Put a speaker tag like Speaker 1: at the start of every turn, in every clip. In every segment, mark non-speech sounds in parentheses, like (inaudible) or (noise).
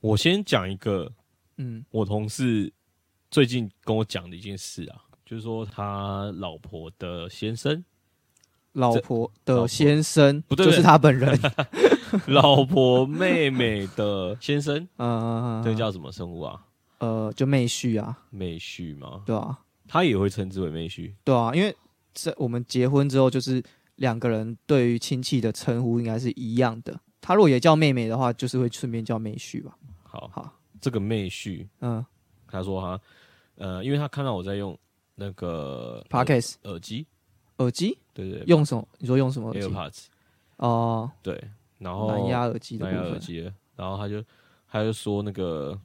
Speaker 1: 我先讲一个
Speaker 2: 嗯
Speaker 1: 我同事最近跟我讲的一件事啊，就是说他老婆的先生， (laughs)
Speaker 2: 老婆的先生
Speaker 1: 不对
Speaker 2: 就是他本人，
Speaker 1: 老婆妹妹的先生，
Speaker 2: (laughs) 嗯，
Speaker 1: 这叫什么称呼啊？
Speaker 2: 呃就妹婿啊，
Speaker 1: 妹婿吗？
Speaker 2: 对啊，
Speaker 1: 他也会称之为妹婿。
Speaker 2: 对啊，因为这我们结婚之后，就是两个人对于亲戚的称呼应该是一样的。他如果也叫妹妹的话，就是会顺便叫妹婿吧。
Speaker 1: 好，
Speaker 2: 好，
Speaker 1: 这个妹婿，
Speaker 2: 嗯
Speaker 1: 他说他，呃，因为他看到我在用那个
Speaker 2: p o c k e t
Speaker 1: 耳机，
Speaker 2: 耳机
Speaker 1: 对对对
Speaker 2: 用什么？你说用什么耳机？
Speaker 1: ，AirPods，
Speaker 2: 哦，
Speaker 1: 对，然后
Speaker 2: 蓝牙耳机的
Speaker 1: 蓝牙
Speaker 2: 部
Speaker 1: 耳
Speaker 2: 分。啊
Speaker 1: 机了，然后他就他就说那个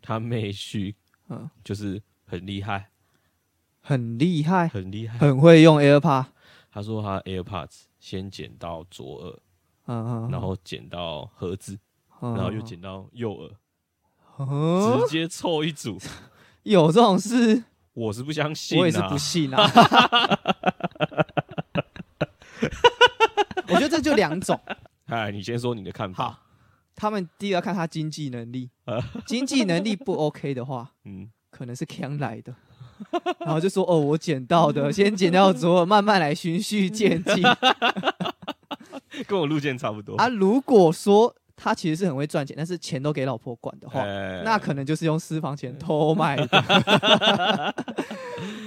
Speaker 1: 他妹婿，
Speaker 2: 嗯
Speaker 1: 就是很厉害，
Speaker 2: 很厉害，
Speaker 1: 很厉害。
Speaker 2: 很会用 AirPod。
Speaker 1: 他说他 AirPods 先剪到左耳，
Speaker 2: 嗯嗯，
Speaker 1: 然后剪到盒子，
Speaker 2: 嗯
Speaker 1: 然后又，剪到右耳，
Speaker 2: 嗯
Speaker 1: 直接凑一组。
Speaker 2: 有这种事，
Speaker 1: 我是不相信、啊，
Speaker 2: 我也是不
Speaker 1: (laughs)
Speaker 2: 信啊。我觉得这就两种，
Speaker 1: 哎，你先说你的看法。
Speaker 2: 好，他们第一个要看他经济能
Speaker 1: (laughs)
Speaker 2: 力，经济能力不 OK 的话，
Speaker 1: 嗯，
Speaker 2: 可能是坑来的。然后就说哦，我捡到的，先捡到左耳，慢慢来，循序渐
Speaker 1: (laughs)
Speaker 2: 进。
Speaker 1: 跟我路线差不多。
Speaker 2: 啊，如果说他其实是很会赚钱，但是钱都给老婆管的话，
Speaker 1: 哎
Speaker 2: 那可能就是用私房
Speaker 1: 嗯
Speaker 2: 钱偷买的。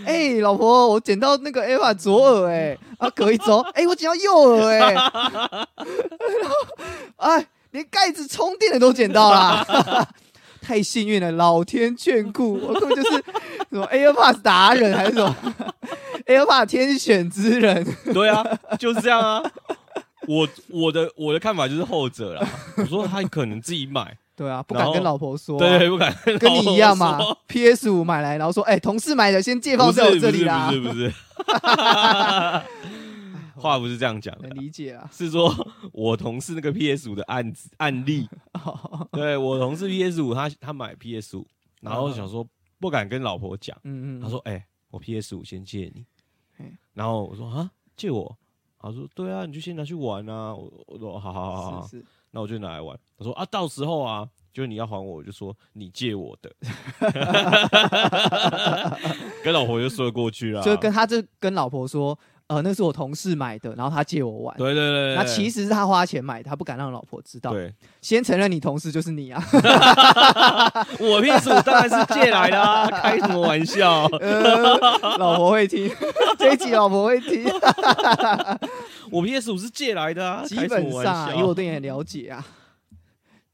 Speaker 2: 哎、老婆，我捡到那个 Eva 左耳、哎，啊，隔一周，哎、我捡到右耳、哎，然后，哎，连盖子充电的都捡到啦， (laughs) 太幸运了，老天眷顾，我根本就是什么 AirPods 达人还是什么 (laughs) AirPods 天选之人，
Speaker 1: (laughs) 对啊，就是这样啊。我我的我的看法就是后者啦。我说他可能自己
Speaker 2: (laughs)
Speaker 1: 买，
Speaker 2: 对啊，不
Speaker 1: 然
Speaker 2: 敢
Speaker 1: 后
Speaker 2: 跟老婆说、啊，
Speaker 1: 对对，不敢
Speaker 2: 跟你一样嘛
Speaker 1: 嘛。
Speaker 2: ，PS 五买来，然后说，哎、同事买的，先借放
Speaker 1: 不是
Speaker 2: 在我这里啦
Speaker 1: 不，是不是，
Speaker 2: (laughs)
Speaker 1: 不是话不是这样讲的
Speaker 2: 能，理解啊。
Speaker 1: 是说我同事那个 PS 五的案子案例，
Speaker 2: 哦
Speaker 1: 对我同事 PS 五，他他买 PS 五，然后想说不敢跟老婆讲，
Speaker 2: 嗯嗯嗯，
Speaker 1: 他说：“哎、我 PS 五先借你。
Speaker 2: 嗯”
Speaker 1: 然后我说：“啊，借我？”他说：“对啊，你就先拿去玩啊。我”我说：“好好好好好。
Speaker 2: 是是，”
Speaker 1: 那我就拿来玩。他说：“啊，到时候啊，就是你要还我，我就说你借我的。” (laughs) 跟老婆就说得过去了，
Speaker 2: 就跟他就跟老婆说，呃，那是我同事买的，然后他借我玩。
Speaker 1: 对对对对，
Speaker 2: 那其
Speaker 1: 实
Speaker 2: 实是他花钱买的，他不敢让老婆知道。
Speaker 1: 对，
Speaker 2: 先承认你同事就
Speaker 1: (laughs)
Speaker 2: 是你啊，
Speaker 1: 我 PS 五当然是借来的、啊，开什么玩笑？
Speaker 2: 呃老婆会听， (laughs) 这一集老婆会
Speaker 1: (laughs)
Speaker 2: 听。
Speaker 1: 我 PS 五是借来的啊，
Speaker 2: 基
Speaker 1: 开什
Speaker 2: 本
Speaker 1: 么玩
Speaker 2: 上、啊，以
Speaker 1: 笑
Speaker 2: 我对你的了解啊，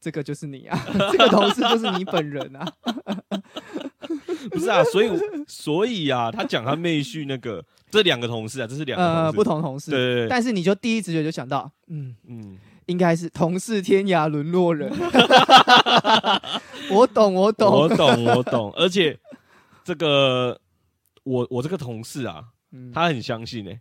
Speaker 2: 这个就是你啊， (laughs) 这个同事就是你本人啊。
Speaker 1: 不是啊，所以我所以啊，他讲他妹婿那个，这两个同事啊，这是两个同
Speaker 2: 呃，
Speaker 1: 事，
Speaker 2: 不同同事，
Speaker 1: 对对对，
Speaker 2: 但是你就第一直觉就想到，嗯，
Speaker 1: 嗯，
Speaker 2: 应该是同是天涯沦落人。 (laughs) 我懂，我懂。
Speaker 1: 我懂我懂，而且这个我我这个同事啊，
Speaker 2: 嗯
Speaker 1: 他很相信呢、欸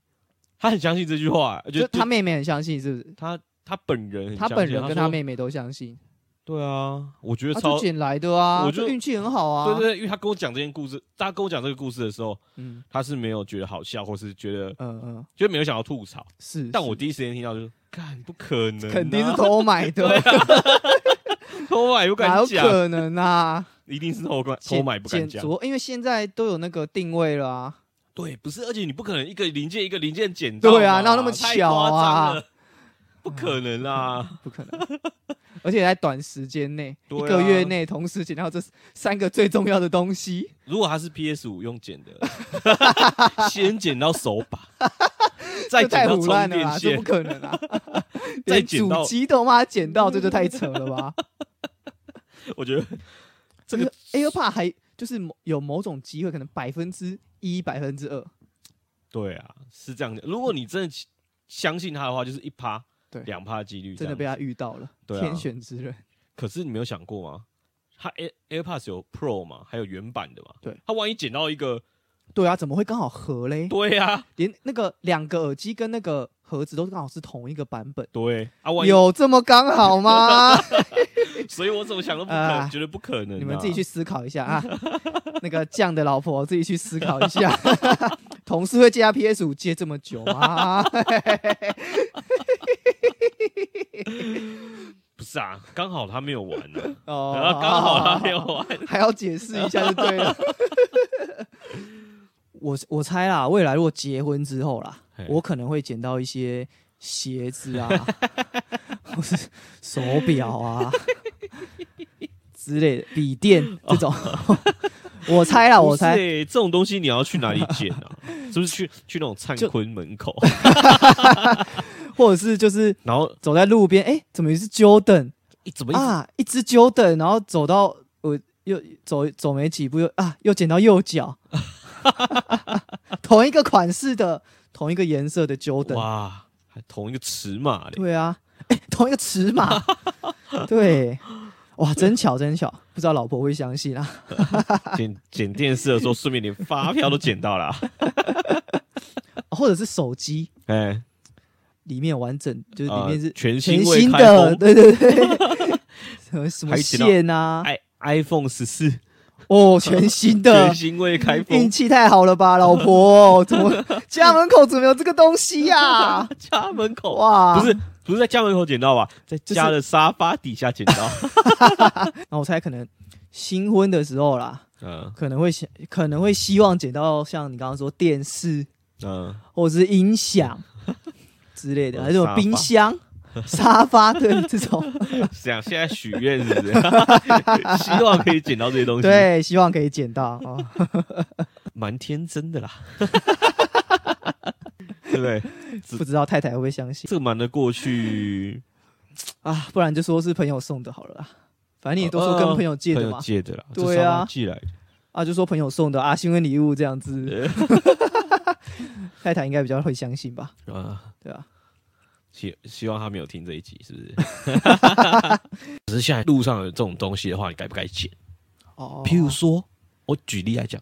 Speaker 1: 他很相信这句话、
Speaker 2: 就
Speaker 1: 就
Speaker 2: 他妹妹很相信，是不是？
Speaker 1: 他他本人很
Speaker 2: 他
Speaker 1: 相信
Speaker 2: 本人跟
Speaker 1: 他
Speaker 2: 他
Speaker 1: 说
Speaker 2: 妹妹都相信，
Speaker 1: 对啊，我觉
Speaker 2: 他
Speaker 1: 得
Speaker 2: 就
Speaker 1: 超、
Speaker 2: 捡来的啊，
Speaker 1: 我就
Speaker 2: 就运气很好啊。
Speaker 1: 对对对，因为他跟我讲这件故事，他跟我讲这个故事的时候，
Speaker 2: 嗯，
Speaker 1: 他是没有觉得好笑，或是觉得
Speaker 2: 嗯嗯，
Speaker 1: 就没有想要吐槽，
Speaker 2: 是。
Speaker 1: 但
Speaker 2: 是
Speaker 1: 我第一时间听到就是。干不可能啊、
Speaker 2: 肯
Speaker 1: (laughs)
Speaker 2: 定是偷买
Speaker 1: 对
Speaker 2: 的，
Speaker 1: 偷买，不
Speaker 2: 哪
Speaker 1: 敢
Speaker 2: 有
Speaker 1: 讲，
Speaker 2: 可能啊？
Speaker 1: 一定是偷买，(laughs)
Speaker 2: 捡
Speaker 1: 偷买不敢
Speaker 2: 捡
Speaker 1: 讲。
Speaker 2: 着，因为现在都有那个定位了啊。
Speaker 1: 对，不是，而且你不可能一个零件一个零件捡到嘛，
Speaker 2: 对啊，哪有那么
Speaker 1: 太
Speaker 2: 巧
Speaker 1: 夸张
Speaker 2: 啊
Speaker 1: 了？，不可能啊啦！
Speaker 2: 不可
Speaker 1: (laughs)
Speaker 2: 能。而且在短时间内，
Speaker 1: 对
Speaker 2: 一
Speaker 1: 啊
Speaker 2: 个月内同时捡到这三个最重要的东西，
Speaker 1: 如果他是 PS 五用捡的，先捡到手
Speaker 2: (laughs)
Speaker 1: 把， (laughs) 再
Speaker 2: 这太
Speaker 1: 捡到
Speaker 2: 胡
Speaker 1: 充
Speaker 2: 乱了
Speaker 1: 电
Speaker 2: 啦，这不
Speaker 1: 线，
Speaker 2: 可能啊！
Speaker 1: (laughs) 再
Speaker 2: 连
Speaker 1: 捡
Speaker 2: 主
Speaker 1: 到
Speaker 2: 机都妈捡到，这就太扯了吧？
Speaker 1: 我觉得 (laughs) 这个
Speaker 2: AirPod 还就是某有某种机会，可能百分之一、百分之二，
Speaker 1: 对啊，是这样的。如果你真的相信他的话，就是一趴、
Speaker 2: 对
Speaker 1: 两趴的几率这
Speaker 2: 真的
Speaker 1: 样。
Speaker 2: 被他遇到了，
Speaker 1: 对啊
Speaker 2: 天选之人。
Speaker 1: 可是你没有想过吗？他 Air AirPods 有 Pro 嘛，还有原版的嘛？
Speaker 2: 对，
Speaker 1: 他万一捡到一个，
Speaker 2: 对啊，怎么会刚好合嘞？
Speaker 1: 对啊，
Speaker 2: 连那个两个耳机跟那个盒子都刚好是同一个版本，
Speaker 1: 对啊，万一啊
Speaker 2: 有这么刚好
Speaker 1: (laughs)
Speaker 2: 吗？
Speaker 1: 所以我怎么想都不可，
Speaker 2: 啊
Speaker 1: 觉得不可能、
Speaker 2: 你们自己去，思考一下
Speaker 1: (laughs)
Speaker 2: 啊。那个酱的老婆自己去思考一下， (laughs) 同事会借他 PS 五借这么久吗？
Speaker 1: 不傻，刚好他没有玩呢、
Speaker 2: (laughs) (laughs)
Speaker 1: (laughs)
Speaker 2: 哦
Speaker 1: 然后啊刚好他没有玩，
Speaker 2: 还要解释一下就对了。我我猜啦，未来如果结婚之后啦
Speaker 1: 嘿，
Speaker 2: 我可能会捡到一些鞋子 (laughs) 啊，或是手表啊之类的，笔电这种。 (laughs) 我猜啦，我
Speaker 1: 不是
Speaker 2: 猜
Speaker 1: 欸这种东西你要去哪里捡啊？ (laughs) 是不是去去那种灿坤门
Speaker 2: (laughs)
Speaker 1: 口，
Speaker 2: 或者是就是
Speaker 1: 然后
Speaker 2: 走在路边，哎、怎么也是 Jordan
Speaker 1: 一怎么一直
Speaker 2: 啊？一只 Jordan，然后走到我又走走没几步又啊，又捡到右脚， (laughs) 同一个款式的，同一个颜色的 Jordan，
Speaker 1: 哇，还同一个尺码嘞，
Speaker 2: (laughs) 对啊，哎、同一个尺
Speaker 1: (laughs)
Speaker 2: 码，对，哇，真巧真巧，不知道老婆会相信啊。
Speaker 1: 捡捡电视的时候，顺便连发票都捡到
Speaker 2: (laughs)
Speaker 1: 了啊，
Speaker 2: 或者是手机
Speaker 1: 哎，
Speaker 2: 里面有完整，就是里
Speaker 1: 呃
Speaker 2: 面是
Speaker 1: 全
Speaker 2: 全
Speaker 1: 新未
Speaker 2: 新
Speaker 1: 开
Speaker 2: 的，
Speaker 1: 封
Speaker 2: 对对对，什
Speaker 1: (laughs)
Speaker 2: 么什么
Speaker 1: 还捡到
Speaker 2: 线啊，
Speaker 1: i iPhone 十四
Speaker 2: 哦，全新的嗯
Speaker 1: 全，新未开
Speaker 2: 运
Speaker 1: 封，
Speaker 2: 气太好
Speaker 1: (laughs)
Speaker 2: 了吧，老婆？怎么家门口怎么有这个东西呀、
Speaker 1: (laughs) 家门口
Speaker 2: 嗯哇！
Speaker 1: 不是，不是在家门口捡到吧，在
Speaker 2: 是
Speaker 1: 家的沙发底下捡
Speaker 2: (laughs)
Speaker 1: 到，
Speaker 2: 然后我猜可能新婚的时候啦，
Speaker 1: 嗯
Speaker 2: 可能会想，可能会希望捡到像你刚刚说电视
Speaker 1: 嗯， (laughs)
Speaker 2: 或者是音响之类的，
Speaker 1: 或者
Speaker 2: 还有
Speaker 1: 沙发 (laughs)
Speaker 2: 冰箱、沙发，对这种，
Speaker 1: 想现在许愿是不
Speaker 2: (laughs)
Speaker 1: 是？希望可以捡到这些东西，
Speaker 2: 对，希望可以捡到哦。
Speaker 1: 蛮天真 (laughs) 的啦，对 (laughs) 不对？
Speaker 2: 不知道太太会不会相信
Speaker 1: 这个瞒得过去，
Speaker 2: 啊？不然就说是朋友送的好了啦，反正你也都说跟朋友借的
Speaker 1: 哦朋友
Speaker 2: 嘛，
Speaker 1: 借的啦，
Speaker 2: 对啊
Speaker 1: 这沙发寄来的，
Speaker 2: 啊，就说朋友送的啊，新婚礼物这样子， (laughs) 太太应该比较会相信吧？
Speaker 1: 啊，
Speaker 2: 对啊，
Speaker 1: 希希望他没有听这一集，是不是？ (laughs) 只是现在路上有这种东西的话，你该不该捡？
Speaker 2: 哦，
Speaker 1: 譬如说，我举例来讲，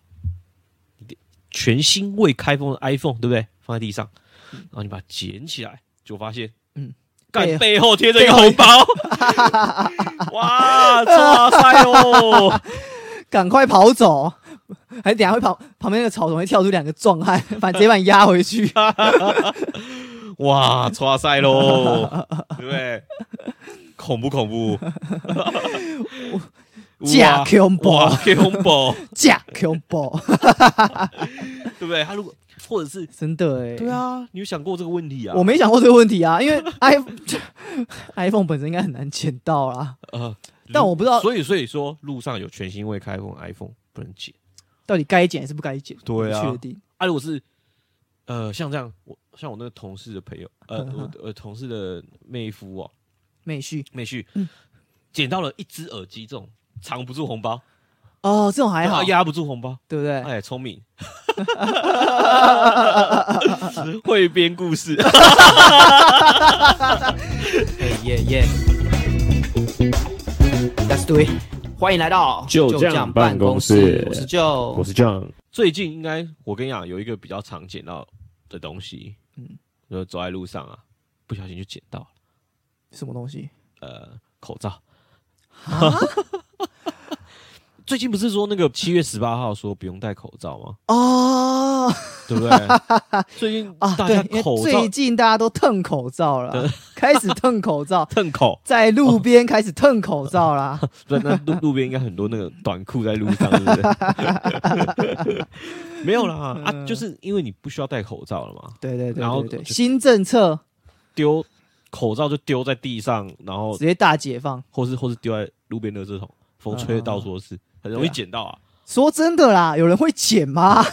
Speaker 1: 你全新未开封的 iPhone，对不对？放在地上，然后你把它捡起来，就发现，
Speaker 2: 嗯
Speaker 1: 嗯，干
Speaker 2: 背
Speaker 1: 背后贴着一个红包， (laughs) 哇，哇塞哦！
Speaker 2: 赶快跑走，还等下会跑旁边那个草丛会跳出两个壮汉， (laughs) 把直接把你压
Speaker 1: (laughs)
Speaker 2: 回去。
Speaker 1: 哇，抓塞喽，对不对？恐怖恐怖，
Speaker 2: (laughs) 假恐怖
Speaker 1: 哇，恐怖，
Speaker 2: 假 combo，
Speaker 1: 对不对？他如果或者是
Speaker 2: 真的哎、
Speaker 1: 对啊，你有想过这个问题啊？
Speaker 2: 我没想过这个问题啊，因为 iPhone (laughs) iPhone 本身应该很难捡到啦，
Speaker 1: 呃，
Speaker 2: 但我不知道
Speaker 1: 所以所以说路上有全新未开封的 iPhone 不能捡
Speaker 2: 到底该捡还是不该捡，
Speaker 1: 对啊
Speaker 2: 不确定。
Speaker 1: 啊。如果是呃像这样，我像我那个同事的朋友，呃
Speaker 2: 嗯
Speaker 1: 我的呃同事的妹夫哦，
Speaker 2: 美旭
Speaker 1: 妹婿，
Speaker 2: 嗯
Speaker 1: 捡到了一只耳机，这种藏不住红包，
Speaker 2: 哦，这种还
Speaker 1: 然
Speaker 2: 好
Speaker 1: 后，压不住红包，
Speaker 2: 对不对？
Speaker 1: 哎，聪
Speaker 2: (laughs)
Speaker 1: 明，会编故事。 (laughs)
Speaker 2: 耶耶，That's do it。欢迎来到
Speaker 3: 就这样办公室
Speaker 2: 我是 Joe，
Speaker 3: 我是 John，
Speaker 1: 最近应该我跟你讲，有一个比较常捡到的东西，嗯，就走在路上啊，不小心就捡到了
Speaker 2: 什么东西？
Speaker 1: 呃口罩。
Speaker 2: 啊
Speaker 1: (laughs) 最近不是说那个七月十八号说不用戴口罩吗？
Speaker 2: 哦
Speaker 1: 对不对？
Speaker 2: (laughs)
Speaker 1: 最近
Speaker 2: 啊，
Speaker 1: 大
Speaker 2: 对
Speaker 1: 家，
Speaker 2: 因为
Speaker 1: 口罩
Speaker 2: 最近大家都蹭口罩了， (laughs) 开始蹭口罩，
Speaker 1: 蹭口，
Speaker 2: 在路
Speaker 1: 哦
Speaker 2: 边开始蹭口罩啦。
Speaker 1: (laughs) 对，那路路边应该很多那个短裤在路上，是不是？
Speaker 2: (laughs)
Speaker 1: 没有啦，
Speaker 2: 嗯
Speaker 1: 啊，就是因为你不需要戴口罩了嘛，
Speaker 2: 对对对
Speaker 1: 然后
Speaker 2: 对对，
Speaker 1: 就
Speaker 2: 新政策
Speaker 1: 丢口罩就丢在地上，然后
Speaker 2: 直接大解放。
Speaker 1: 或是或是丢在路边垃圾桶，风吹到处都
Speaker 2: 嗯
Speaker 1: 是，很容易捡到啊，
Speaker 2: 说真的啦，有人会捡吗？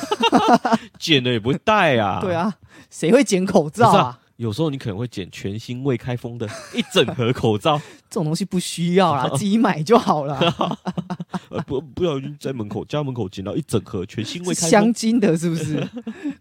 Speaker 1: 捡了也不会戴啊。
Speaker 2: 对，啊，谁会捡口罩
Speaker 1: 不是
Speaker 2: 啊
Speaker 1: 啊？有时候你可能会捡全新未开封的一整盒口罩， (laughs)
Speaker 2: 这种东西不需要啦，自己买就好啦。
Speaker 1: 呃，不不小心在门口家门口捡到一整盒全新未
Speaker 2: 是
Speaker 1: 开
Speaker 2: 香
Speaker 1: 封。
Speaker 2: 精的，是
Speaker 1: (laughs)
Speaker 2: 不是？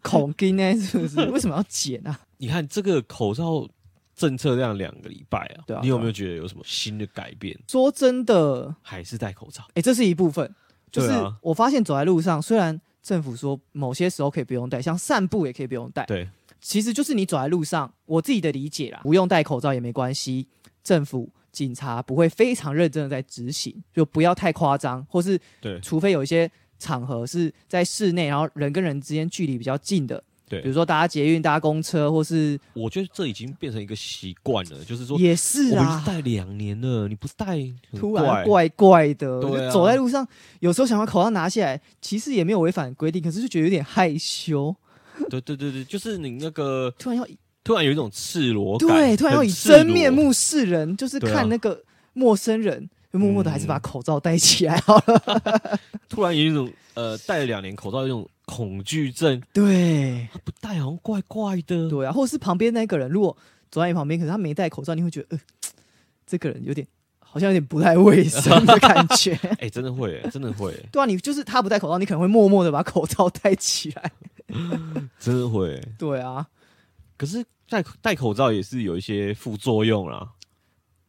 Speaker 2: 孔金呢？是不是？为什么要捡啊？
Speaker 1: 你看这个口罩政策这样两个礼拜啊，
Speaker 2: 对啊
Speaker 1: 你有没有觉得有什么新的改变？
Speaker 2: 说真的，
Speaker 1: 还是戴口罩？
Speaker 2: 哎、这是一部分。就是
Speaker 1: 对啊
Speaker 2: 我发现走在路上，虽然政府说某些时候可以不用戴，像散步也可以不用戴，
Speaker 1: 对，
Speaker 2: 其实就是你走在路上，我自己的理解啦，不用戴口罩也没关系。政府、警察不会非常认真的在执行，就不要太夸张，或是
Speaker 1: 对
Speaker 2: 除非有一些场合是在室内，然后人跟人之间距离比较近的，
Speaker 1: 对
Speaker 2: 比如说搭捷运、搭公车，或是
Speaker 1: 我觉得这已经变成一个习惯了，就是说，
Speaker 2: 也是
Speaker 1: 我们
Speaker 2: 啊
Speaker 1: 已经，戴两年了，你不戴，很
Speaker 2: 突
Speaker 1: 嗯
Speaker 2: 然
Speaker 1: 怪，
Speaker 2: 怪怪的，
Speaker 1: 对啊
Speaker 2: 就走在路上，有时候想把口罩拿下来，其实也没有违反规定，可是就觉得有点害羞，
Speaker 1: 对对对对，就是你那个
Speaker 2: 突然要
Speaker 1: 突然有一种赤裸感，
Speaker 2: 对，突然要
Speaker 1: 很
Speaker 2: 以
Speaker 1: 赤裸
Speaker 2: 真面，目示人，就是
Speaker 1: 对啊
Speaker 2: 看那个陌生人，就默默的还是把
Speaker 1: 嗯
Speaker 2: 口罩戴起来啊好了。
Speaker 1: 突然有一种呃，戴了两年口罩，有一种恐惧症，
Speaker 2: 对
Speaker 1: 他不戴好像怪怪的，
Speaker 2: 对啊，或者是旁边那个人如果走在你旁边，可是他没戴口罩，你会觉得呃，嘖这个人有点好像有点不太卫生的感
Speaker 1: (laughs)
Speaker 2: 觉。
Speaker 1: 哎、真的会、
Speaker 2: (laughs)
Speaker 1: 真的会、
Speaker 2: 对啊，你就是他不戴口罩，你可能会默默的把口罩戴起来。
Speaker 1: 真的会、
Speaker 2: 对啊，
Speaker 1: 可是戴戴口罩也是有一些副作用啦，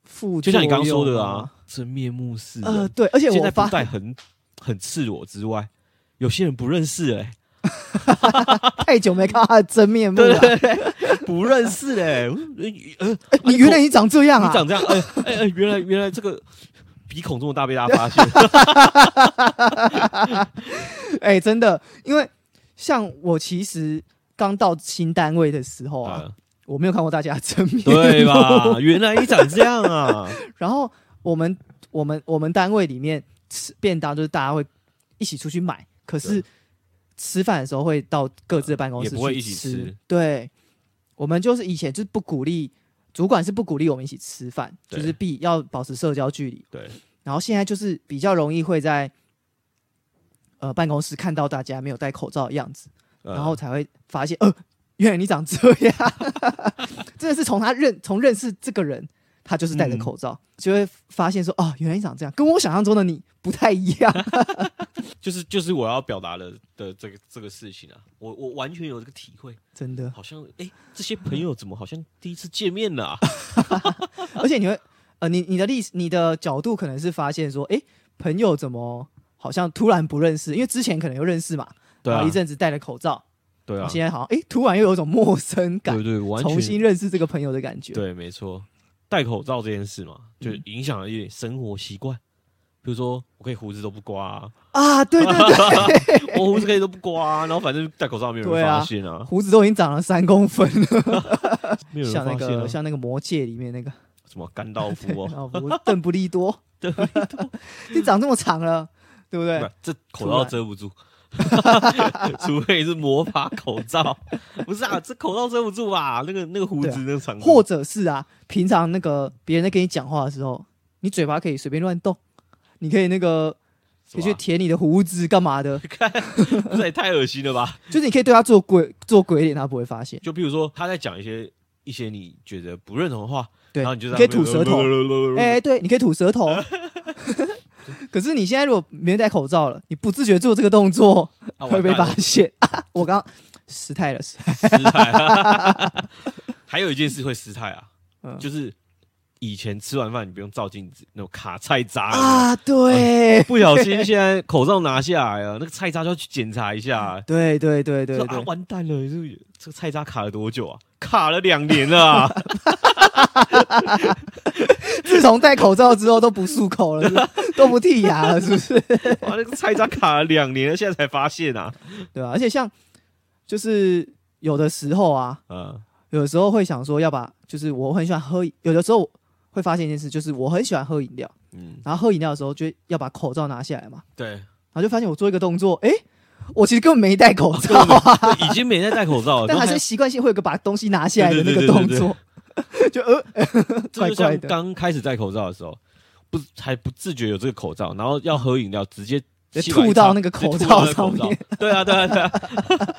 Speaker 2: 副
Speaker 1: 就像你刚刚
Speaker 2: 作
Speaker 1: 说
Speaker 2: 用
Speaker 1: 的啊，，真面目示人。
Speaker 2: 呃，对，而且
Speaker 1: 现
Speaker 2: 我
Speaker 1: 在不
Speaker 2: 发
Speaker 1: 戴很很赤裸之外，有些人不认识
Speaker 2: (laughs)
Speaker 1: 哎、
Speaker 2: 太久没看到他的真面目了。
Speaker 1: 不认识哎、 (laughs) 呃，呃
Speaker 2: (laughs) 哎你原来你长这样
Speaker 1: 你
Speaker 2: 欸啊？
Speaker 1: 长这样，哎哎哎，原来原来这个鼻孔这么大被大家发
Speaker 2: (laughs)
Speaker 1: 现，
Speaker 2: 哎、真的，因为像我其实刚到新单位的时候啊，
Speaker 1: 啊
Speaker 2: 我没有看过大家的真面目，
Speaker 1: 对？吧？原来你长这样啊，
Speaker 2: (laughs) 然后我们我们我们单位里面吃便当，就是大家会一起出去买，可是
Speaker 1: 对
Speaker 2: 吃饭的时候会到各自的办公室
Speaker 1: 也不会
Speaker 2: 去
Speaker 1: 一起吃
Speaker 2: 对，我们就是以前就是不鼓励，主管是不鼓励我们一起吃饭，
Speaker 1: 对
Speaker 2: 就是必要保持社交距离。
Speaker 1: 对，
Speaker 2: 然后现在就是比较容易会在呃办公室看到大家没有戴口罩的样子。
Speaker 1: 呃
Speaker 2: 然后才会发现，呃，原来你长这样， (laughs) 真的是从他认从认识这个人，他就是戴着
Speaker 1: 嗯
Speaker 2: 口罩，就会发现说，哦，原来你长这样，跟我想象中的你不太一样。 (laughs)
Speaker 1: 就是就是我要表达的的这个这个事情啊，我我完全有这个体会，
Speaker 2: 真的，
Speaker 1: 好像哎、这些朋友怎么好像第一次见面了、
Speaker 2: (laughs)
Speaker 1: 啊？
Speaker 2: 而且你会，呃，你你的历史你的角度可能是发现说，诶，朋友怎么好像突然不认识？因为之前可能又认识嘛，
Speaker 1: 对
Speaker 2: 然
Speaker 1: 啊
Speaker 2: 后一，阵子戴了口罩，
Speaker 1: 对
Speaker 2: 然
Speaker 1: 啊
Speaker 2: 后，现在好像，诶，突然又有一种陌生感
Speaker 1: 对，对，完全
Speaker 2: 重新认识这个朋友的感觉。
Speaker 1: 对，没错，戴口罩这件事嘛，就
Speaker 2: 嗯
Speaker 1: 影响了一点生活习惯。比如说，我可以胡子都不刮、啊，
Speaker 2: 啊，对对
Speaker 1: (laughs)
Speaker 2: 对，
Speaker 1: 我胡子可以都不刮、啊，然后反正戴口罩没有
Speaker 2: 对
Speaker 1: 人
Speaker 2: 啊
Speaker 1: 发现啊，
Speaker 2: 胡子都已经长了三公分了，
Speaker 1: 没有人
Speaker 2: 像那
Speaker 1: 发现
Speaker 2: 个
Speaker 1: 啊，
Speaker 2: 像那个魔戒里面那个。
Speaker 1: 什么甘道夫哦，
Speaker 2: 啊，不，邓布
Speaker 1: (laughs)
Speaker 2: 利多，
Speaker 1: 对，
Speaker 2: (laughs) 你长这么长了，对不对
Speaker 1: 不？这口
Speaker 2: 突
Speaker 1: 罩
Speaker 2: 然
Speaker 1: 遮不住，除非是魔法口罩，不是啊，这口罩遮不住吧？那个那个胡
Speaker 2: 对啊
Speaker 1: 子那个长度，
Speaker 2: 或者是啊，平常那个别人在跟你讲话的时候，你嘴巴可以随便乱动，你可以那个，
Speaker 1: 什
Speaker 2: 可以
Speaker 1: 么
Speaker 2: 去舔你的胡子干嘛
Speaker 1: (laughs)
Speaker 2: 的，
Speaker 1: 啊这也太恶心了吧？
Speaker 2: 就是你可以对他做鬼做鬼脸，他不会发现。
Speaker 1: 就比如说他在讲一些一些你觉得不认同的话，
Speaker 2: 对，
Speaker 1: 然后你就在
Speaker 2: 可以
Speaker 1: 那边呃
Speaker 2: 吐舌头，哎、对，你可以吐
Speaker 1: (laughs)
Speaker 2: 舌头。可是你现在如果没人戴口罩了，你不自觉做这个动作，
Speaker 1: 啊
Speaker 2: 会被
Speaker 1: 完蛋了
Speaker 2: 发现。啊我刚失态了，失态
Speaker 1: 失态。 (laughs) 还有一件事会失态啊，
Speaker 2: 嗯
Speaker 1: 就是以前吃完饭你不用照镜子，那种卡菜渣有没有
Speaker 2: 啊，对，
Speaker 1: 不小心现在口罩拿下来了，那个菜渣就要去检查一下。
Speaker 2: 对对对 (laughs) 对
Speaker 1: 说
Speaker 2: 对
Speaker 1: 啊，，完蛋了！这个这个菜渣卡了多久啊？卡了两年了
Speaker 2: (laughs)
Speaker 1: 啊、
Speaker 2: 自从戴口罩之后都不漱口了，
Speaker 1: (laughs)
Speaker 2: 是都不剔牙了，是不是？
Speaker 1: 哇，那个菜渣卡了两年了，现在才发现啊！
Speaker 2: 对吧、而且像就是有的时候啊，
Speaker 1: 嗯，
Speaker 2: 有的时候会想说要把，就是我很喜欢喝饮，有的时候会发现一件事，就是我很喜欢喝饮料，
Speaker 1: 嗯，
Speaker 2: 然后喝饮料的时候就会要把口罩拿下来嘛， (laughs)
Speaker 1: 对，
Speaker 2: 然后就发现我做一个动作，诶，我其实根本没戴口
Speaker 1: (laughs)
Speaker 2: 罩
Speaker 1: 根
Speaker 2: 啊，
Speaker 1: 已经哦没在戴口罩了，
Speaker 2: 但还
Speaker 1: 都
Speaker 2: 是习惯性会有个把东西拿下来的那
Speaker 1: 对
Speaker 2: 个
Speaker 1: 对对
Speaker 2: 动
Speaker 1: 对
Speaker 2: 作，就呃，
Speaker 1: 这就
Speaker 2: 怪怪
Speaker 1: 像
Speaker 2: 的
Speaker 1: 刚开始戴口罩的时候，不还不自觉有这个口罩，然后要喝饮料，直接
Speaker 2: 就
Speaker 1: 吸管一
Speaker 2: 吐
Speaker 1: 插
Speaker 2: 到那个口
Speaker 1: 直接吐到那个
Speaker 2: 罩
Speaker 1: 口
Speaker 2: 上面。
Speaker 1: 对啊，对啊， (laughs) 对啊。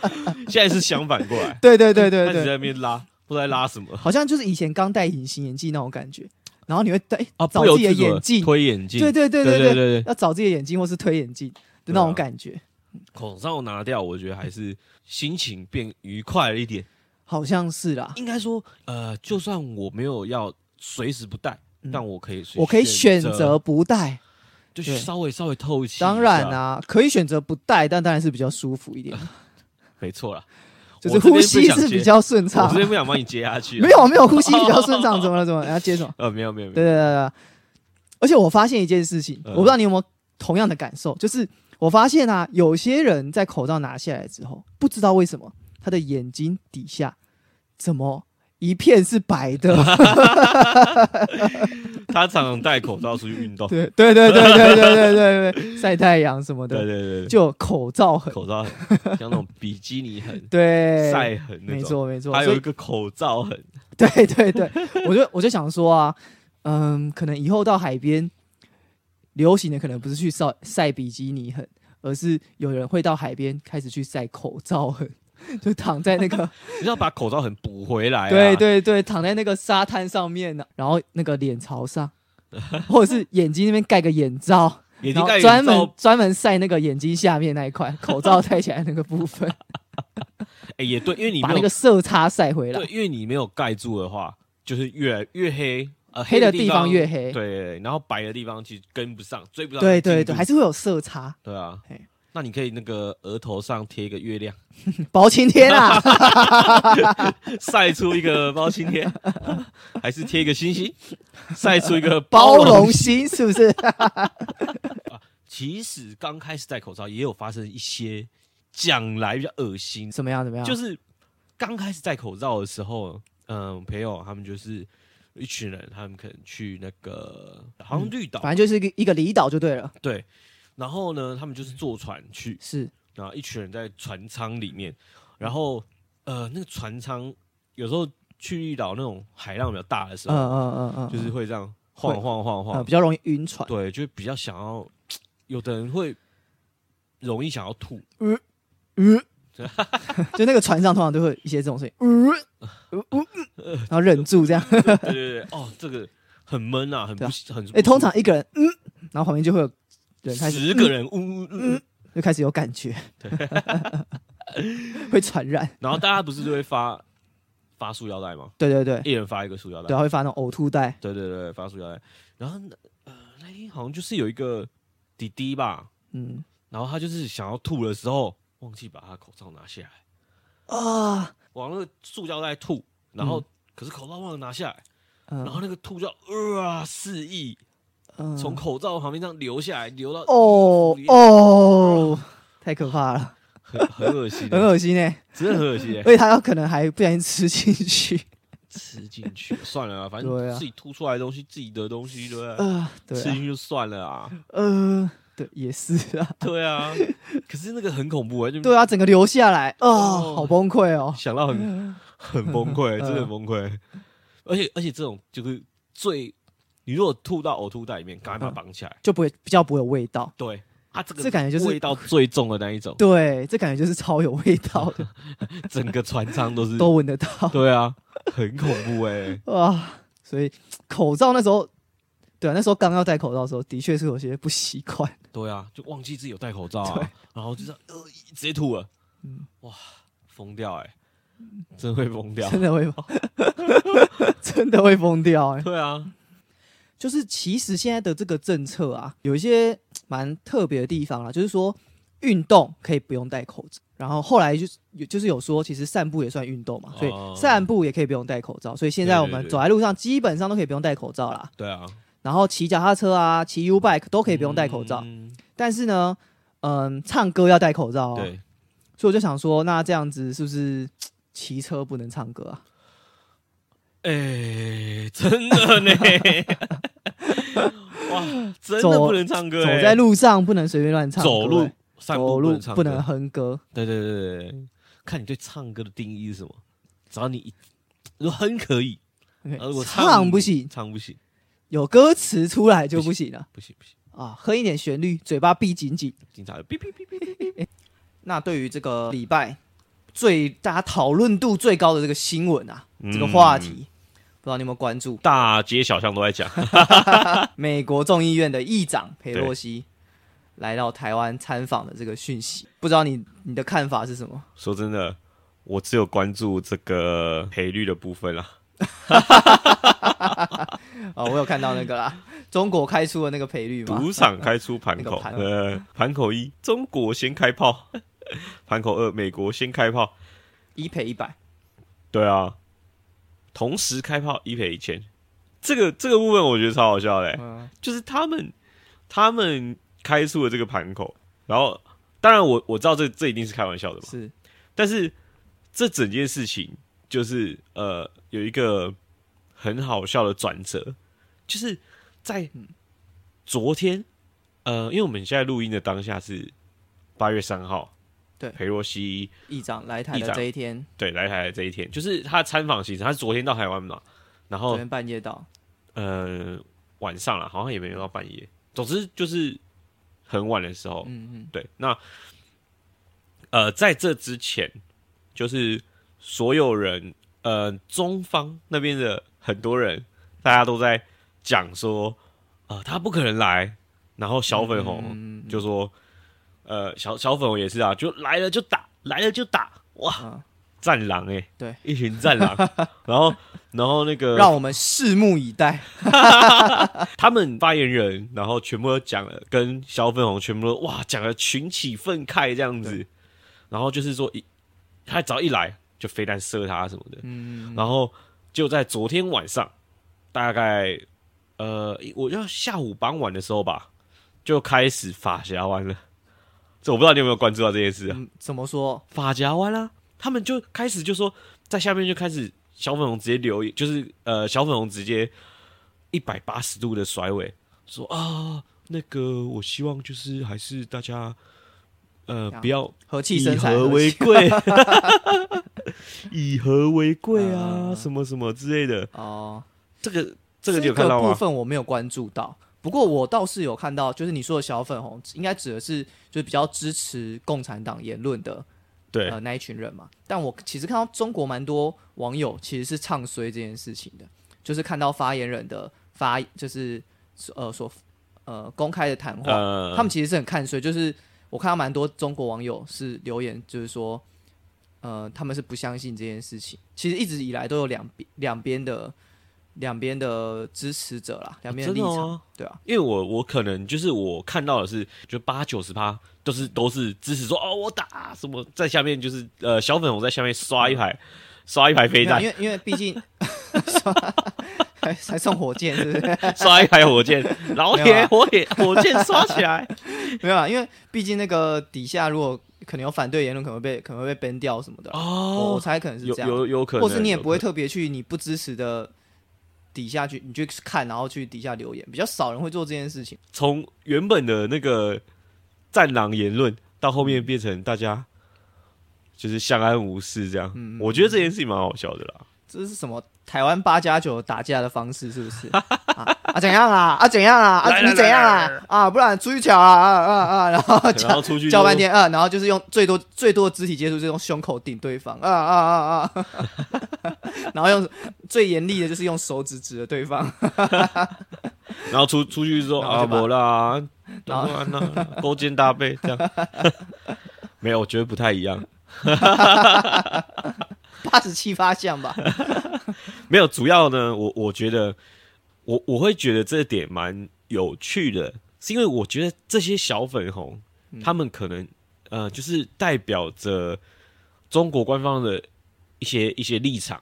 Speaker 1: 现在是相反过来，
Speaker 2: 对对对对
Speaker 1: 开始
Speaker 2: 对，
Speaker 1: 在那边拉，不知道在拉什么
Speaker 2: 好像就是以前刚戴隐形眼镜那种感觉，然后你会戴、诶
Speaker 1: 啊，
Speaker 2: 找
Speaker 1: 不由
Speaker 2: 自己的
Speaker 1: 自主地
Speaker 2: 眼镜，
Speaker 1: 推眼镜，
Speaker 2: 对对对
Speaker 1: 对啊
Speaker 2: 对对，
Speaker 1: 对对，
Speaker 2: 要找自己的眼睛或是推眼镜的那种感觉，
Speaker 1: 口罩拿掉，我觉得还是心情变愉快了一点。
Speaker 2: 好像是啦。
Speaker 1: 应该说，呃，就算我没有要随时不戴，
Speaker 2: 嗯
Speaker 1: 但我可以，
Speaker 2: 我可以选，择不戴，
Speaker 1: 就
Speaker 2: 对
Speaker 1: 稍微稍微透气。
Speaker 2: 当然，啊
Speaker 1: 啊
Speaker 2: 啦、可以选择不戴，但当然是比较舒服一
Speaker 1: (laughs)
Speaker 2: 点，
Speaker 1: 没错啦，
Speaker 2: 就是呼吸是比较顺
Speaker 1: 我
Speaker 2: 畅
Speaker 1: 这。边不想帮你接下去啊，
Speaker 2: 没有没有，呼吸比较顺畅，怎么了怎么了？然后接什么？
Speaker 1: 呃，没有没有没
Speaker 2: 对
Speaker 1: 有，
Speaker 2: 对对对。对而且我发现一件事情，
Speaker 1: 嗯
Speaker 2: 我不知道你有没有同样的感受，就是我发现啊，有些人在口罩拿下来之后，不知道为什么他的眼睛底下怎么一片是白
Speaker 1: (laughs)
Speaker 2: 的？
Speaker 1: 他常常戴口罩出去运动，对
Speaker 2: 对对对对对对对对对，晒太阳什么
Speaker 1: 对
Speaker 2: 的，
Speaker 1: 对对，
Speaker 2: 就有口罩
Speaker 1: (laughs)
Speaker 2: 痕。
Speaker 1: 口罩
Speaker 2: (laughs)
Speaker 1: 痕，像那种比基尼痕、
Speaker 2: 对，
Speaker 1: 晒痕那
Speaker 2: 没
Speaker 1: 种，
Speaker 2: 错没错。
Speaker 1: 还
Speaker 2: 所
Speaker 1: 有
Speaker 2: 以
Speaker 1: 一个口罩痕，
Speaker 2: (laughs) 对对对，我就我就想说啊，嗯，可能以后到海边流行的可能不是去晒晒比基尼痕，而是有人会到海边开始去晒口罩痕，就躺在
Speaker 1: (laughs)
Speaker 2: 那个，
Speaker 1: (laughs) 你要把口罩痕补回来啊。
Speaker 2: 对对对，躺在那个沙滩上面呢，然后那个脸朝上，或者是眼睛那边盖个眼罩，
Speaker 1: (laughs) 眼
Speaker 2: 然
Speaker 1: 睛
Speaker 2: 后
Speaker 1: 盖
Speaker 2: 专
Speaker 1: 眼
Speaker 2: 门
Speaker 1: 罩，
Speaker 2: 专门晒那个眼睛下面那一块，口罩戴起来那个部分，
Speaker 1: 哎，也对，因 (laughs) 为你
Speaker 2: 把
Speaker 1: 没
Speaker 2: 那个
Speaker 1: 有
Speaker 2: 色差晒回来
Speaker 1: 对，，因为你没有盖住的话，就是越来越黑，呃，
Speaker 2: 黑
Speaker 1: 的
Speaker 2: 的地方越黑，
Speaker 1: 对，然后白的地方其实跟不上，追不上
Speaker 2: 对
Speaker 1: 进度。
Speaker 2: 对对，还是会有色差。
Speaker 1: 对啊
Speaker 2: 嘿。
Speaker 1: 那你可以那个额头上贴一个月亮， (laughs)
Speaker 2: 嗯薄啊情贴啦，
Speaker 1: 晒出一个包青天， (laughs) 还是贴一个星星，晒出一个
Speaker 2: 包
Speaker 1: 容
Speaker 2: 容心是不是？
Speaker 1: 其实刚开始戴口罩也有发生一些讲来比较恶心，
Speaker 2: 怎么样？怎么样？
Speaker 1: 就是刚开始戴口罩的时候，嗯，朋友他们就是一群人，他们可能去那个好像绿岛、
Speaker 2: 嗯反正就是一个一个离岛就对了。
Speaker 1: 对，然后呢，他们就是坐船去，
Speaker 2: 是，
Speaker 1: 然后一群人在船舱里面，然后呃，那个船舱有时候去绿岛那种海浪比较大的时
Speaker 2: 嗯
Speaker 1: 候，
Speaker 2: 嗯嗯嗯，
Speaker 1: 就是会这样晃晃晃晃
Speaker 2: 呃，比较容易晕船。
Speaker 1: 对，就比较想要，有的人会容易想要吐。
Speaker 2: 嗯，就那个船上通常都会有一些这种声音，嗯嗯嗯嗯然后忍住这样。 (laughs)
Speaker 1: 对对对，哦，这个很闷啊，很不
Speaker 2: 对啊
Speaker 1: 喜很不舒服。
Speaker 2: 哎，通常一个人，嗯，然后旁边就会有人开始嗯
Speaker 1: 十个人，呜呜呜，
Speaker 2: 就开始有感觉，会传染。
Speaker 1: 然后大家不是就会发发塑料袋吗？
Speaker 2: 对对对
Speaker 1: 一人发一个塑料
Speaker 2: 对
Speaker 1: 袋
Speaker 2: 啊，。会发那种呕吐袋。
Speaker 1: 对对对，发塑料袋。然后呃，那天好像就是有一个弟弟吧，
Speaker 2: 嗯
Speaker 1: 然后他就是想要吐的时候，忘记把他口罩拿下来，
Speaker 2: 啊，
Speaker 1: 往那个塑料袋吐，然后可是口罩忘了拿下来，然
Speaker 2: 嗯
Speaker 1: 后那个吐就呃啊肆意
Speaker 2: 嗯
Speaker 1: 从口罩旁边这样流下来，流到
Speaker 2: 哦哦，太可怕了，
Speaker 1: 很很恶心欸，
Speaker 2: (laughs) 很恶心哎。
Speaker 1: 真的很恶心欸
Speaker 2: 而且他有可能还不小心吃进去。
Speaker 1: 吃进去算了啊，反
Speaker 2: 对
Speaker 1: 正
Speaker 2: 啊
Speaker 1: 自己吐出来的东西，自己的东西，对不对？
Speaker 2: 呃，对、
Speaker 1: 吃
Speaker 2: 啊
Speaker 1: 进，去就算了啊，
Speaker 2: 呃，对，也是啊，
Speaker 1: 对
Speaker 2: (laughs)
Speaker 1: 啊。可是那个很恐怖啊，就
Speaker 2: 对啊，整个流下来，啊、
Speaker 1: 哦
Speaker 2: 好崩溃哦。
Speaker 1: 想到
Speaker 2: (laughs)
Speaker 1: 很很崩溃，
Speaker 2: 嗯
Speaker 1: 真的很崩溃。 (laughs) 而且而且这种就是最，你如果吐到呕吐袋里面，赶快把它绑起来。
Speaker 2: 就不会比较不会有味道，
Speaker 1: 对啊，这个
Speaker 2: 嗯这感觉就是
Speaker 1: 味道最重的那一种，
Speaker 2: 对，这感觉就是超有味道
Speaker 1: (laughs)
Speaker 2: 的，
Speaker 1: 整个船舱都是。
Speaker 2: 都闻得到
Speaker 1: 对啊，很恐怖哎。
Speaker 2: 啊。所以口罩那时候，对啊，那时候刚要戴口罩的时候，的确是有些不习惯，
Speaker 1: 对啊，就忘记自己有戴口罩
Speaker 2: 对
Speaker 1: 啊，然后就这样呃直接吐了，
Speaker 2: 嗯
Speaker 1: 哇，疯掉哎，真会疯掉。
Speaker 2: 真
Speaker 1: (laughs)
Speaker 2: 的会，真的会疯掉哎、
Speaker 1: 对啊，
Speaker 2: 就是其实现在的这个政策啊，有一些嘖蛮特别的地方啦，就是说运动可以不用戴口罩，然后后来就是有就是有说，其实散步也算运动嘛，所
Speaker 1: 哦
Speaker 2: 以散步也可以不用戴口罩，所以现在我
Speaker 1: 对对
Speaker 2: 们
Speaker 1: 对
Speaker 2: 走在路上基本上都可以不用戴口罩啦，
Speaker 1: 对啊，
Speaker 2: 然后骑脚踏车啊、骑 U bike 都可以不用戴口罩，
Speaker 1: 嗯
Speaker 2: 但是呢，嗯，唱歌要戴口罩、哦，
Speaker 1: 对，
Speaker 2: 所以我就想说，那这样子是不是嘖骑车不能唱歌啊？
Speaker 1: 哎、真的
Speaker 2: (laughs)
Speaker 1: 呢，哇，真的
Speaker 2: 走
Speaker 1: 不能唱歌、
Speaker 2: 走
Speaker 1: 欸，
Speaker 2: 在路上不能随便乱唱歌、
Speaker 1: 走路
Speaker 2: 哎
Speaker 1: 散步
Speaker 2: 走路
Speaker 1: 唱
Speaker 2: 不
Speaker 1: 歌
Speaker 2: 能，哼歌，
Speaker 1: 对对对对对，看你对唱歌的定义是什么。只要你一如果哼可以，
Speaker 2: OK，
Speaker 1: 而啊如果
Speaker 2: 唱不行，
Speaker 1: 唱不行，
Speaker 2: 有歌词出来就不行了
Speaker 1: 不行不行，
Speaker 2: 啊！哼一点旋律，嘴巴闭紧紧。
Speaker 1: 警察就哔哔哔哔，
Speaker 2: 那对于这个礼拜最大家讨论度最高的这个新闻啊，
Speaker 1: 嗯
Speaker 2: 这个话题，不知道你有没有关注？
Speaker 1: 大街小巷都在讲，
Speaker 2: 美国众议院的议长佩洛西来到台湾参访的这个讯息，不知道你你的看法是什么？
Speaker 1: 说真的，我只有关注这个赔率的部分啦。
Speaker 2: 哦，我有看到那个啦，中国开出的那个赔率嘛，
Speaker 1: 赌场开出盘口，
Speaker 2: 那个盘嗯
Speaker 1: 呃，盘口一，中国先开炮； (laughs) 盘口二，美国先开炮。
Speaker 2: 一赔一百，
Speaker 1: 对啊，同时开炮一赔一千，这个这个部分我觉得超好笑的欸、
Speaker 2: 嗯，
Speaker 1: 就是他们他们开出了这个盘口，然后当然我我知道这这一定是开玩笑的嘛，
Speaker 2: 是
Speaker 1: 但是这整件事情就是呃有一个很好笑的转折，就是在昨天，呃，因为我们现在录音的当下是八月三号，
Speaker 2: 对
Speaker 1: 裴洛西
Speaker 2: 议长来台
Speaker 1: 议
Speaker 2: 的
Speaker 1: 长
Speaker 2: 这一天，
Speaker 1: 对来台的这一天，就是他参访行程，他是昨天到台湾嘛，然
Speaker 2: 昨
Speaker 1: 后
Speaker 2: 天半夜到，
Speaker 1: 呃晚上了，好像也没有到半夜，总之就是很晚的时候，
Speaker 2: 嗯嗯，
Speaker 1: 对，那呃，在这之前，就是所有人，呃，中方那边的很多人，大家都在讲说，啊、他不可能来。然后小粉
Speaker 2: 嗯
Speaker 1: 红就说，呃，小小粉红也是啊，就来了就打，来了就打，哇
Speaker 2: 嗯，
Speaker 1: 战狼哎、
Speaker 2: 对，
Speaker 1: 一群战
Speaker 2: (laughs)
Speaker 1: 狼。然后，然后那个
Speaker 2: 让我们拭目以待。
Speaker 1: 他们发言人，然后全部都讲了，跟小粉红全部都哇讲了群起愤慨这样子，然后就是说一他只要一来就飞弹射他什么的，
Speaker 2: 嗯，
Speaker 1: 然后就在昨天晚上，大概呃我要下午傍晚的时候吧，就开始法峡湾了。这我不知道你有没有关注到这件事、啊，
Speaker 2: 嗯怎么说？
Speaker 1: 法夹湾啦、他们就开始就说在下面就开始小粉红直接留言，就是呃小粉红直接一百八十度的甩尾，说啊那个我希望就是还是大家呃
Speaker 2: 呀
Speaker 1: 不要
Speaker 2: 和气
Speaker 1: 以
Speaker 2: 生财，
Speaker 1: 和
Speaker 2: 和
Speaker 1: 为
Speaker 2: 气 (laughs)
Speaker 1: 贵，以和为贵啊
Speaker 2: 嗯
Speaker 1: 什么什么之类的，
Speaker 2: 哦。
Speaker 1: 这个这个你有看到
Speaker 2: 部
Speaker 1: 吗？
Speaker 2: 分我没有关注到，不过我倒是有看到，就是你说的小粉红，应该指的是就是比较支持共产党言论的
Speaker 1: 对
Speaker 2: 呃那一群人嘛。但我其实看到中国蛮多网友其实是唱衰这件事情的，就是看到发言人的发，就是呃所呃公开的谈话，
Speaker 1: 呃
Speaker 2: 他们其实是很看衰，就是我看到蛮多中国网友是留言，就是说，呃，他们是不相信这件事情。其实一直以来都有两边两边的两边的支持者啦，两
Speaker 1: 哦
Speaker 2: 边
Speaker 1: 真
Speaker 2: 立
Speaker 1: 的
Speaker 2: 场，
Speaker 1: 吗
Speaker 2: 对啊，
Speaker 1: 因为我我可能就是我看到的是，就八九十趴都是都是支持说哦我打什么，在下面就是呃小粉红在下面刷一排刷一排飞
Speaker 2: 嗯没有啊
Speaker 1: 弹
Speaker 2: 因，为因为毕竟 (laughs) 还还送火箭，是不是？ (laughs)
Speaker 1: (laughs) 刷一排火箭，老
Speaker 2: 没有
Speaker 1: 铁
Speaker 2: 啊
Speaker 1: 火箭火箭刷起
Speaker 2: (laughs)
Speaker 1: 来，
Speaker 2: 没有啊，因为毕竟那个底下如果可能有反对言论，可能会被可能会被 ban 掉什么的啦。我我
Speaker 1: 哦，
Speaker 2: 猜可能是
Speaker 1: 有
Speaker 2: 这样，
Speaker 1: 有有可能，
Speaker 2: 或是你也不会
Speaker 1: 有可
Speaker 2: 特别去你不支持的底下去，你去看，然后去底下留言，比较少人会做这件事情。
Speaker 1: 能从原本的那个战狼言论到后
Speaker 2: 嗯
Speaker 1: 面变成大家就是相安无事这样，
Speaker 2: 嗯
Speaker 1: 我觉得这件事情蛮好笑的啦。
Speaker 2: 这是什么台湾八加九打架的方式是不是？啊啊怎样啊啊怎样啊
Speaker 1: 来
Speaker 2: 啊
Speaker 1: 来
Speaker 2: 你怎样
Speaker 1: 来来
Speaker 2: 啊啊不然出去抢啊啊啊啊，然后
Speaker 1: 然后
Speaker 2: 叫
Speaker 1: 出去
Speaker 2: 叫半
Speaker 1: 就
Speaker 2: 天啊，然后就是用最多最多的肢体接触，就用胸口顶对方啊啊啊 (laughs) 啊，然后用最严厉的就是用手指指着对方，
Speaker 1: 然后出出去说
Speaker 2: 然后
Speaker 1: 啊，
Speaker 2: 就把
Speaker 1: 我啦，
Speaker 2: (laughs)
Speaker 1: 然
Speaker 2: 然
Speaker 1: 后呢，勾肩搭背这样， (laughs) 没有，我觉得不太一样。
Speaker 2: 八十七八项吧。
Speaker 1: 没有，主要呢，我我觉得，我我会觉得这点蛮有趣的，是因为我觉得这些小粉红，他们可能呃，就是代表着中国官方的一些一些立场，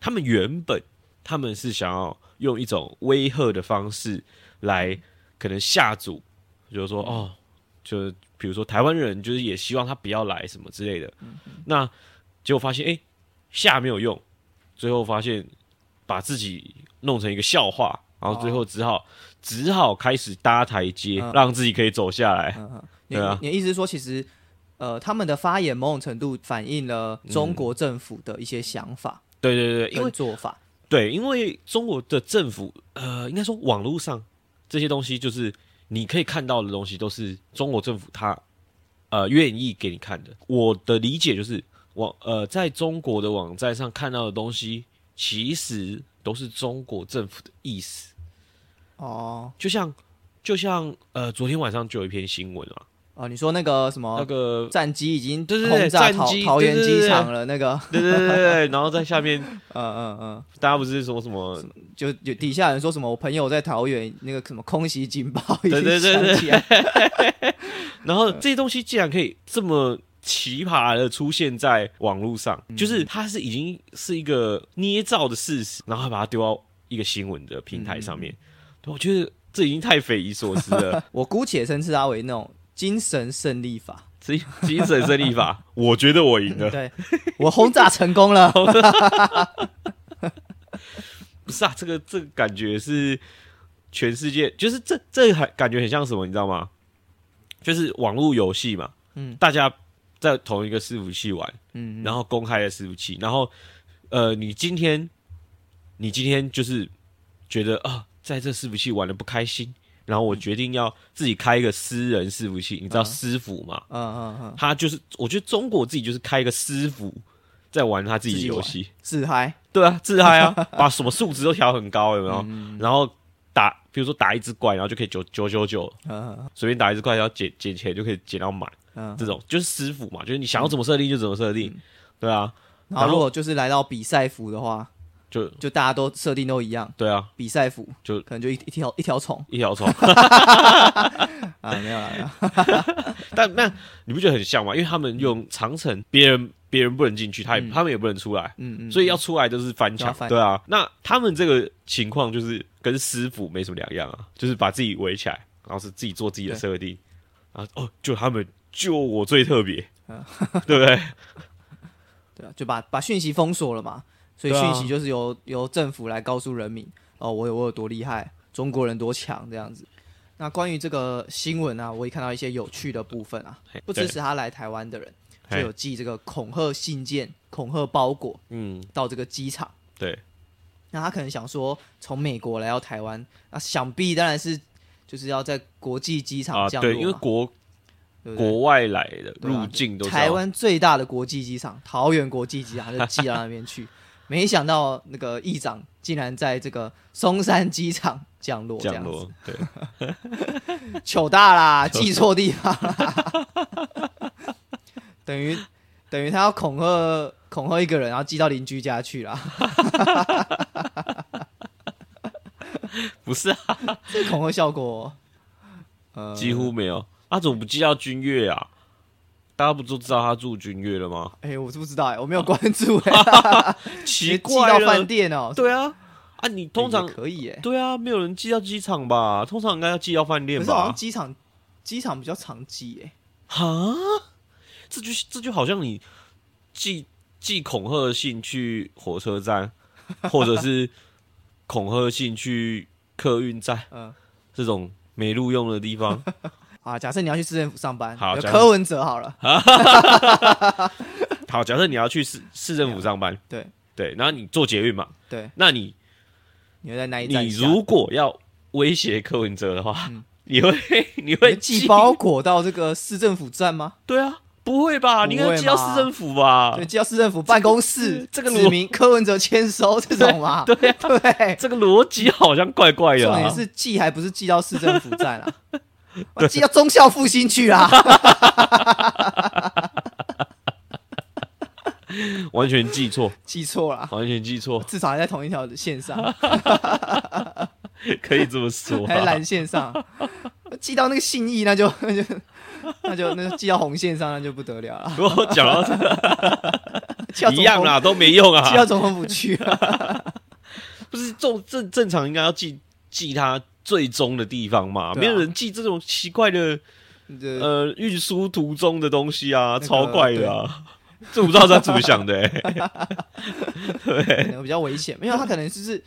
Speaker 1: 他们原本他们是想要用一种威吓的方式来可能吓阻，就是说哦，就比如说台湾人就是也希望他不要来什么之类的，那结果发现哎、诶吓没有用。最后发现把自己弄成一个笑话，然后最后只好、只好开始搭台阶，
Speaker 2: 嗯
Speaker 1: 让自己可以走下来。
Speaker 2: 嗯，嗯，你
Speaker 1: 对啊
Speaker 2: 你的意思是说，其实呃他们的发言某种程度反映了中国政府的一些想法
Speaker 1: 对嗯对对，因
Speaker 2: 跟
Speaker 1: 为
Speaker 2: 做法。
Speaker 1: 对，因为中国的政府，呃，应该说网络上这些东西，就是你可以看到的东西，都是中国政府他呃愿意给你看的。我的理解就是，网呃在中国的网站上看到的东西，其实都是中国政府的意思。
Speaker 2: 哦
Speaker 1: 就像就像呃，昨天晚上就有一篇新闻啊，
Speaker 2: 哦，你说那个什么
Speaker 1: 那个
Speaker 2: 战机已经
Speaker 1: 对对对
Speaker 2: 轰炸
Speaker 1: 战
Speaker 2: 桃
Speaker 1: 机
Speaker 2: 桃园
Speaker 1: 对对对
Speaker 2: 机场了，那个，
Speaker 1: 对对对对对，然后在下面
Speaker 2: 嗯嗯嗯，
Speaker 1: 大家不是说什么
Speaker 2: 就有底下人说什么，我朋友在桃园那个什么空袭警报已
Speaker 1: 对对
Speaker 2: 经
Speaker 1: 对
Speaker 2: 响起来，
Speaker 1: 然后这些东西竟然可以这么奇葩的出现在网络上，就是它是已经是一个捏造的事实，然后还把它丢到一个新闻的平台上面，对我
Speaker 2: (laughs)。
Speaker 1: 觉得这已经太匪夷所思了 (laughs)
Speaker 2: 我姑且称之它为那种精神胜利法，
Speaker 1: 精精神胜利法，我觉得我赢了。
Speaker 2: 对，我轰炸成
Speaker 1: (laughs)
Speaker 2: 功了。
Speaker 1: 不是啊，这个这个感觉是全世界，就是这这还感觉很像什么，你知道吗？就是网络游戏嘛，
Speaker 2: 嗯
Speaker 1: 大家在同一个伺服器玩，
Speaker 2: 嗯，
Speaker 1: 然后公开的伺服器，然后呃，你今天你今天就是觉得啊，在这伺服器玩的不开心，然后我决定要自己开一个私人伺服器，你知道
Speaker 2: 嗯
Speaker 1: 私服嘛？
Speaker 2: 嗯嗯嗯，
Speaker 1: 他就是，我觉得中国自己就是开一个私服，在玩他自己的游
Speaker 2: 自己
Speaker 1: 戏，
Speaker 2: 自嗨，
Speaker 1: 对啊，自嗨啊，把什么数值都调很高，有没有？然后打，比如说打一只怪，然后就可以九九九九，
Speaker 2: 嗯嗯
Speaker 1: 随便打一只怪，然后捡捡钱就可以捡到满，
Speaker 2: 嗯，
Speaker 1: 这种就是私服嘛，就是你想要怎么设定就怎么设定，对啊，
Speaker 2: 然后如果就是来到比赛服的话，
Speaker 1: 就
Speaker 2: 就大家都设定都一样，
Speaker 1: 对啊，
Speaker 2: 比赛服
Speaker 1: 就
Speaker 2: 可能就一一条一条虫
Speaker 1: 一条虫。 (laughs)
Speaker 2: 啊，没有啦没有啦，
Speaker 1: 但那你不觉得很像吗？因为他们用长城，别人别人不能进去，他也、他们也不能出来，
Speaker 2: 嗯嗯，
Speaker 1: 所以要出来就是翻
Speaker 2: 要
Speaker 1: 墙，
Speaker 2: 翻
Speaker 1: 对啊。那他们这个情况就是跟师傅没什么两样啊，就是把自己围起来，然后是自己做自己的设定，然后哦，就他们就我最特别，
Speaker 2: 嗯
Speaker 1: (laughs) 对不对？
Speaker 2: 对啊，就把把讯息封锁了嘛，所以
Speaker 1: 对啊
Speaker 2: 讯息就是由由政府来告诉人民，哦，我有我有多厉害，中国人多强这样子。那关于这个新闻啊，我也看到一些有趣的部分啊
Speaker 1: 嘿，
Speaker 2: (laughs) 不支持他来台湾的人就
Speaker 1: 嘿
Speaker 2: 有寄这个恐吓信件、恐吓包裹
Speaker 1: 嗯，
Speaker 2: 到这个机场。
Speaker 1: 对，
Speaker 2: 那他可能想说，从美国来到台湾，那想必当然是就是要在国际机场
Speaker 1: 啊，
Speaker 2: 降
Speaker 1: 对，因
Speaker 2: 落
Speaker 1: 为
Speaker 2: 嘛。
Speaker 1: 国
Speaker 2: 对不对
Speaker 1: 国外来的
Speaker 2: 对啊
Speaker 1: 入境都是
Speaker 2: 台
Speaker 1: 要
Speaker 2: 湾最大的国际机场桃园国际机场就寄到那边
Speaker 1: (laughs)
Speaker 2: 去，没想到那个议长竟然在这个松山机场降落，
Speaker 1: 降，
Speaker 2: (laughs)
Speaker 1: 落，对，
Speaker 2: 糗
Speaker 1: (laughs)
Speaker 2: 大啦，寄错地方啦等于等于他要恐吓恐吓一个人，然后寄到邻居家去啦，
Speaker 1: 不是啊，
Speaker 2: 这恐吓效果，呃，
Speaker 1: 几乎没有。他怎么不寄到君悦啊？大家不都知道他住君悦了吗？
Speaker 2: 哎、我是不知道哎、我没有关注哎、
Speaker 1: 奇
Speaker 2: 寄到
Speaker 1: 啊怪了，
Speaker 2: 饭店哦、
Speaker 1: 对啊，啊，你通常
Speaker 2: 也可以哎、
Speaker 1: 对啊，没有人寄到机场吧？通常应该要寄到饭店
Speaker 2: 可是好像
Speaker 1: 吧？
Speaker 2: 机场机场比较常寄哎、
Speaker 1: 哈，这就这就好像你寄寄恐吓信去火车
Speaker 2: (laughs)
Speaker 1: 站，或者是恐吓信去客运站，
Speaker 2: 嗯
Speaker 1: 这种没录用的地
Speaker 2: (laughs)
Speaker 1: 方，
Speaker 2: 啊，假设你要去市政府上班，
Speaker 1: 好
Speaker 2: 有
Speaker 1: 假设
Speaker 2: 柯文哲好了，
Speaker 1: 好，假设你要去市市政府上班，
Speaker 2: 对
Speaker 1: 对，然后你坐捷运嘛，
Speaker 2: 对，
Speaker 1: 那你
Speaker 2: 你哎会在那一站
Speaker 1: 你
Speaker 2: 下
Speaker 1: 如果要威胁柯文哲的话，
Speaker 2: 嗯
Speaker 1: 你会 (laughs) 你
Speaker 2: 你会
Speaker 1: 会
Speaker 2: 寄包裹到这个市政府站吗？
Speaker 1: 对啊，不会吧？你应
Speaker 2: 不
Speaker 1: 该
Speaker 2: 会
Speaker 1: 寄到
Speaker 2: 嘛
Speaker 1: 市政府吧
Speaker 2: 对，？寄到市政府办公室，
Speaker 1: 这个
Speaker 2: 指明柯文哲签收这种嘛？对
Speaker 1: 啊
Speaker 2: 对，
Speaker 1: 这个逻辑好像怪怪的、
Speaker 2: 重
Speaker 1: 啊。
Speaker 2: 点是寄还不是寄到市政府
Speaker 1: (laughs)
Speaker 2: 站啊？我寄到忠孝复兴去啊啦！
Speaker 1: 完全记错，
Speaker 2: 记错了，
Speaker 1: 完全记错，
Speaker 2: 至少还在同一条线上，
Speaker 1: 可以这么说、
Speaker 2: 还
Speaker 1: 啊。
Speaker 2: 蓝线上。寄到那个信义，那就那就那就那就寄到红线上，那就不得了了。
Speaker 1: 如果讲到
Speaker 2: (laughs)
Speaker 1: 这个
Speaker 2: 寄到
Speaker 1: 一样
Speaker 2: 总统
Speaker 1: 啦，都没用
Speaker 2: 寄到
Speaker 1: 啊。
Speaker 2: 总统府去了。
Speaker 1: 不是正正正常应该要记记它最终的地方嘛？
Speaker 2: 对啊
Speaker 1: 没有人记这种奇怪的
Speaker 2: 对
Speaker 1: 呃运输途中的东西啊，
Speaker 2: 个
Speaker 1: 超怪的啊！这我不知道他怎么想的、欸，
Speaker 2: 可能比较危险，没有他可能就是，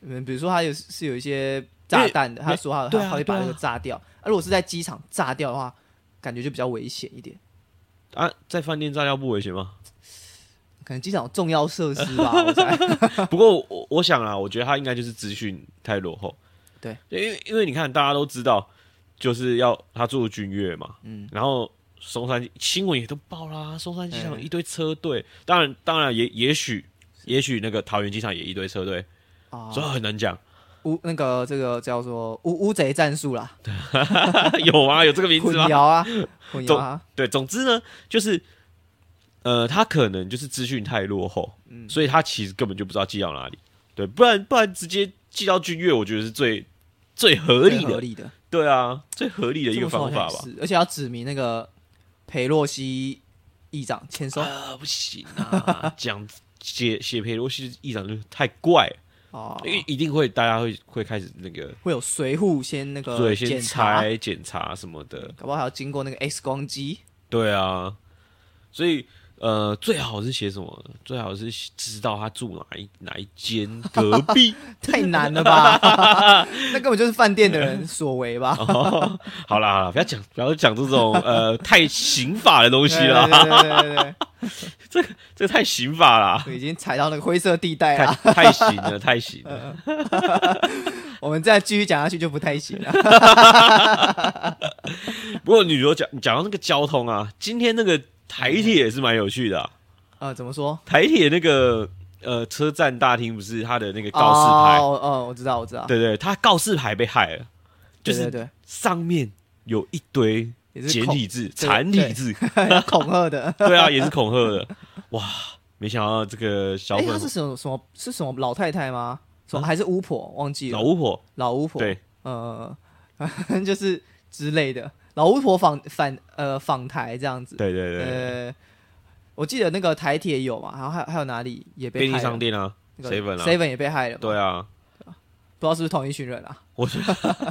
Speaker 2: 嗯，比如说他有是有一些炸弹的，
Speaker 1: 因为
Speaker 2: 他说他
Speaker 1: 对
Speaker 2: 他
Speaker 1: 啊
Speaker 2: 他会把
Speaker 1: 对啊
Speaker 2: 那个炸掉，啊，如果是在机场炸掉的话，感觉就比较危险一点，
Speaker 1: 啊，在饭店炸药不危险吗？
Speaker 2: 可能机场有重要设施吧，
Speaker 1: (laughs)
Speaker 2: 我猜， (laughs)
Speaker 1: 不过我我想啊，我觉得他应该就是资讯太落后。
Speaker 2: 对，
Speaker 1: 因为因为你看，大家都知道，就是要他做军乐嘛，
Speaker 2: 嗯，
Speaker 1: 然后松山新闻也都报啦，松山机场
Speaker 2: 嗯
Speaker 1: 一堆车队，当然当然也也许也许那个桃园机场也一堆车队，
Speaker 2: 啊，
Speaker 1: 所以很难讲。 (laughs)
Speaker 2: 乌那个这个叫做乌乌贼战术啦，
Speaker 1: 有
Speaker 2: (laughs)
Speaker 1: 啊，有这个名
Speaker 2: 混
Speaker 1: 字吗？
Speaker 2: 淆啊，混淆啊，
Speaker 1: 对，总之呢，就是呃，他可能就是资讯太落后，
Speaker 2: 嗯
Speaker 1: 所以他其实根本就不知道寄到哪里。对，不然不然直接寄到军乐，我觉得是最最合理
Speaker 2: 最合
Speaker 1: 的。
Speaker 2: 理的
Speaker 1: 对啊，最合理的一
Speaker 2: 这
Speaker 1: 个
Speaker 2: 么说
Speaker 1: 方法
Speaker 2: 好
Speaker 1: 吧
Speaker 2: 像。是，而且要指明那个裴洛西议长签收
Speaker 1: 啊，不行 (laughs) 啊，讲写写裴洛西议长就太怪，
Speaker 2: 哦，
Speaker 1: 因为一定会大家会会开始那个，
Speaker 2: 会有随扈先那个
Speaker 1: 对，
Speaker 2: 检
Speaker 1: 先
Speaker 2: 查，
Speaker 1: 呃拆检查什么的，
Speaker 2: 搞不好还要经过那个 X 光机。
Speaker 1: 对啊，所以呃，最好是写什么？最好是知道他住哪一哪一间隔壁。 (laughs)
Speaker 2: 太难了吧？那根本就是饭店的人所为吧？
Speaker 1: 哦，好啦好啦，不要讲不要讲这种呃太刑法的东西
Speaker 2: 对
Speaker 1: (laughs) 啦，
Speaker 2: 对对对对
Speaker 1: 这太刑法啦，
Speaker 2: 对，已经踩到那个灰色地带
Speaker 1: 太
Speaker 2: 了。
Speaker 1: 太刑了，太刑了。
Speaker 2: 我们再继续讲下去就不太行了。
Speaker 1: 不过你如果讲讲到那个交通啊，今天那个台铁也是蛮有趣的、啊。
Speaker 2: 呃，怎么说？
Speaker 1: 台铁那个呃车站大厅不是它的那个告示牌，
Speaker 2: 哦哦，我知道，我知道，
Speaker 1: 对对，它告示牌被害了，就
Speaker 2: 对
Speaker 1: 是
Speaker 2: 对
Speaker 1: 上面有一堆
Speaker 2: 也是
Speaker 1: 简
Speaker 2: 恐
Speaker 1: 体字、
Speaker 2: 对
Speaker 1: 繁体字，
Speaker 2: 对，恐吓的。
Speaker 1: 对啊，也是恐吓的。哇，没想到这个小
Speaker 2: 哎，
Speaker 1: 粉
Speaker 2: 她是什么什么是什么老太太吗？什么还是巫婆？忘记
Speaker 1: 老
Speaker 2: 了，
Speaker 1: 巫婆，
Speaker 2: 老巫婆。
Speaker 1: 对，
Speaker 2: 呃，就是之类的。老巫婆访反呃访台这样子。
Speaker 1: 对对对，
Speaker 2: 呃，我记得那个台铁有嘛，然后还有还有哪里也被
Speaker 1: 便利
Speaker 2: 害了
Speaker 1: 商店啊
Speaker 2: 那个
Speaker 1: ，seven 啊，
Speaker 2: seven 也被害了嘛，
Speaker 1: 对啊，
Speaker 2: 不知道是不是同一群人啊？
Speaker 1: 我觉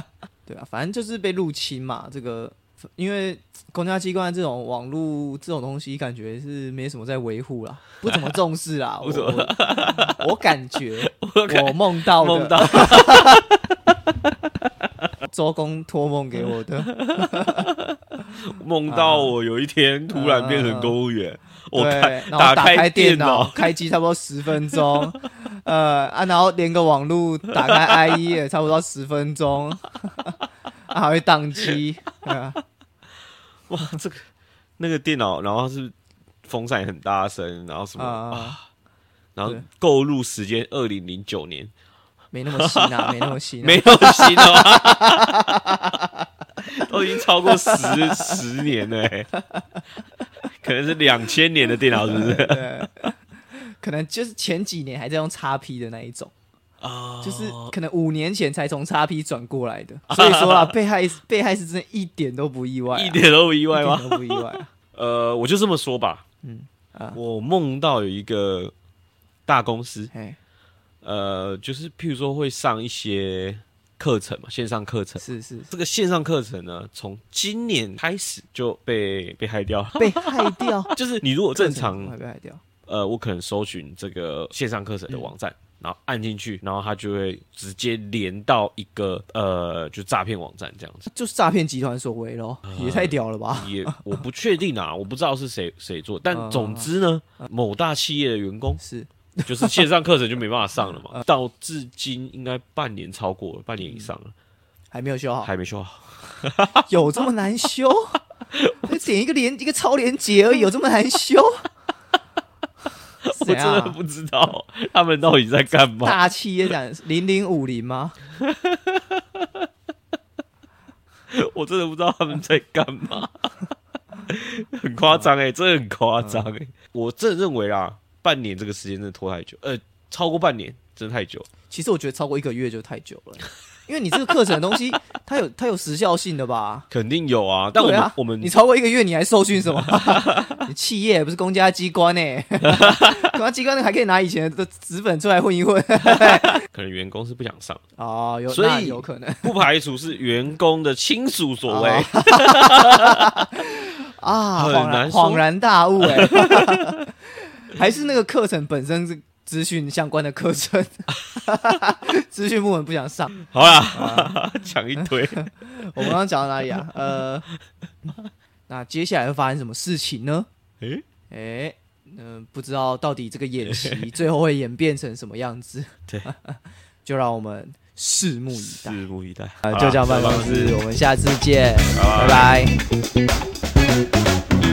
Speaker 2: (laughs) 对啊，反正就是被入侵嘛。这个因为公家机关这种网络这种东西，感觉是没什么在维护啦，不怎么重
Speaker 1: (laughs)
Speaker 2: 视啦。我
Speaker 1: 不怎么
Speaker 2: 我我感
Speaker 1: (laughs)
Speaker 2: 觉我梦到的
Speaker 1: 梦到
Speaker 2: 周公托梦给我的，
Speaker 1: 梦到我有一天突然变成公务员， (laughs) 我
Speaker 2: 啊对，
Speaker 1: 看
Speaker 2: 然后打
Speaker 1: 开
Speaker 2: 电
Speaker 1: 脑，
Speaker 2: (laughs) 开机差不多十分钟，呃啊，然后连个网络打开 IE 也差不多十分钟， (laughs) 啊、还会宕
Speaker 1: (laughs)
Speaker 2: 机，呃
Speaker 1: 哇，这个那个电脑，然后是风扇也很大声，然后什么，
Speaker 2: 啊，
Speaker 1: 然后
Speaker 2: 对
Speaker 1: 购入时间二零零九年，
Speaker 2: 没那么新
Speaker 1: (laughs)
Speaker 2: 啊，没那么新、啊，
Speaker 1: 没有新哦， (laughs) 都已经超过十十年了欸，可能是两千年的电脑，是不
Speaker 2: (laughs)
Speaker 1: 是？
Speaker 2: 对，可能就是前几年还在用叉 P 的那一种，
Speaker 1: 啊
Speaker 2: 就是可能五年前才从叉 P 转过
Speaker 1: (laughs)
Speaker 2: 来的，所以说啊，被害被害是真的一点都不意外
Speaker 1: (laughs)
Speaker 2: 啊、
Speaker 1: 一点都不意外
Speaker 2: 一
Speaker 1: 吗？
Speaker 2: 点都不意外
Speaker 1: (laughs)
Speaker 2: 啊、
Speaker 1: 呃，我就这么说吧，
Speaker 2: 嗯
Speaker 1: 嗯
Speaker 2: 啊
Speaker 1: 我梦到有一个大公司，
Speaker 2: 哎，
Speaker 1: 呃，就是譬如说会上一些课程嘛，线上课程。
Speaker 2: 是
Speaker 1: (laughs)
Speaker 2: 是是
Speaker 1: 这个线上课程呢，从今年开始就被被害掉了。 (laughs)
Speaker 2: 被害掉，
Speaker 1: 就是你如果正常
Speaker 2: 会被害掉，
Speaker 1: 呃，我可能搜寻这个线上课程的网站，然后按进去，然后它就会直接连到一个呃，就诈骗网站这
Speaker 2: (laughs)
Speaker 1: 样子。
Speaker 2: 就是诈骗集团所为咯，
Speaker 1: 啊
Speaker 2: 也太屌了吧？
Speaker 1: 也我不确定啊，我不知道是谁谁做，
Speaker 2: 嗯
Speaker 1: 但总之呢，某大企业的员工
Speaker 2: 是
Speaker 1: 就是线上课程就没办法上了嘛，到至今应该半年超过了，半年以上了，
Speaker 2: 还没有
Speaker 1: (laughs)
Speaker 2: 修好，
Speaker 1: 还没修好。
Speaker 2: 有这么难
Speaker 1: (laughs)
Speaker 2: 修？就点一个连一个超连接而已，有这么难修？
Speaker 1: (laughs) 我
Speaker 2: 怎
Speaker 1: 真
Speaker 2: 样啊
Speaker 1: 的不知道他们到底在干嘛。
Speaker 2: 大企业讲零零五零吗？
Speaker 1: (laughs) 我真的不知道他们在干嘛， (laughs) 很夸张哎，真的很夸张哎，我真的认为啦，半年这个时间真的拖太久，呃，超过半年真的太久，
Speaker 2: 其实我觉得超过一个月就太久了，因为你这个课程的
Speaker 1: (laughs)
Speaker 2: 东西，它有它有时效性的吧？
Speaker 1: 肯定有啊，但我
Speaker 2: 对
Speaker 1: 们、
Speaker 2: 啊、
Speaker 1: 我们
Speaker 2: 你超过一个月你还受训什
Speaker 1: (laughs)
Speaker 2: 么？你企业不是公家机关呢、欸公家机关还可以拿以前的纸本出来混
Speaker 1: (laughs)
Speaker 2: 一混
Speaker 1: 可能员工是不想上，
Speaker 2: 哦，有
Speaker 1: 所以
Speaker 2: 那有可能
Speaker 1: 不排除是员工的亲属所
Speaker 2: 哦
Speaker 1: 为，
Speaker 2: 啊，
Speaker 1: 很
Speaker 2: 恍然
Speaker 1: 难说
Speaker 2: 恍然大悟哎、
Speaker 1: (laughs)
Speaker 2: 还是那个课程本身是资讯相关的课
Speaker 1: (laughs)
Speaker 2: 程，资讯部门不想上。
Speaker 1: 好
Speaker 2: 啊
Speaker 1: 啦， (laughs) 讲、一堆，
Speaker 2: (laughs) 我们刚刚讲到哪里啊？呃，那接下来会发生什么事情呢？
Speaker 1: 诶
Speaker 2: 哎、嗯、不知道到底这个演习最后会演变成什么样子。
Speaker 1: 对，
Speaker 2: (laughs) 就让我们拭目以待
Speaker 1: 拭。目以待，
Speaker 2: 呃，就这样，办公
Speaker 1: 好啦
Speaker 2: 室，我们下次见，
Speaker 1: 拜
Speaker 2: 拜拜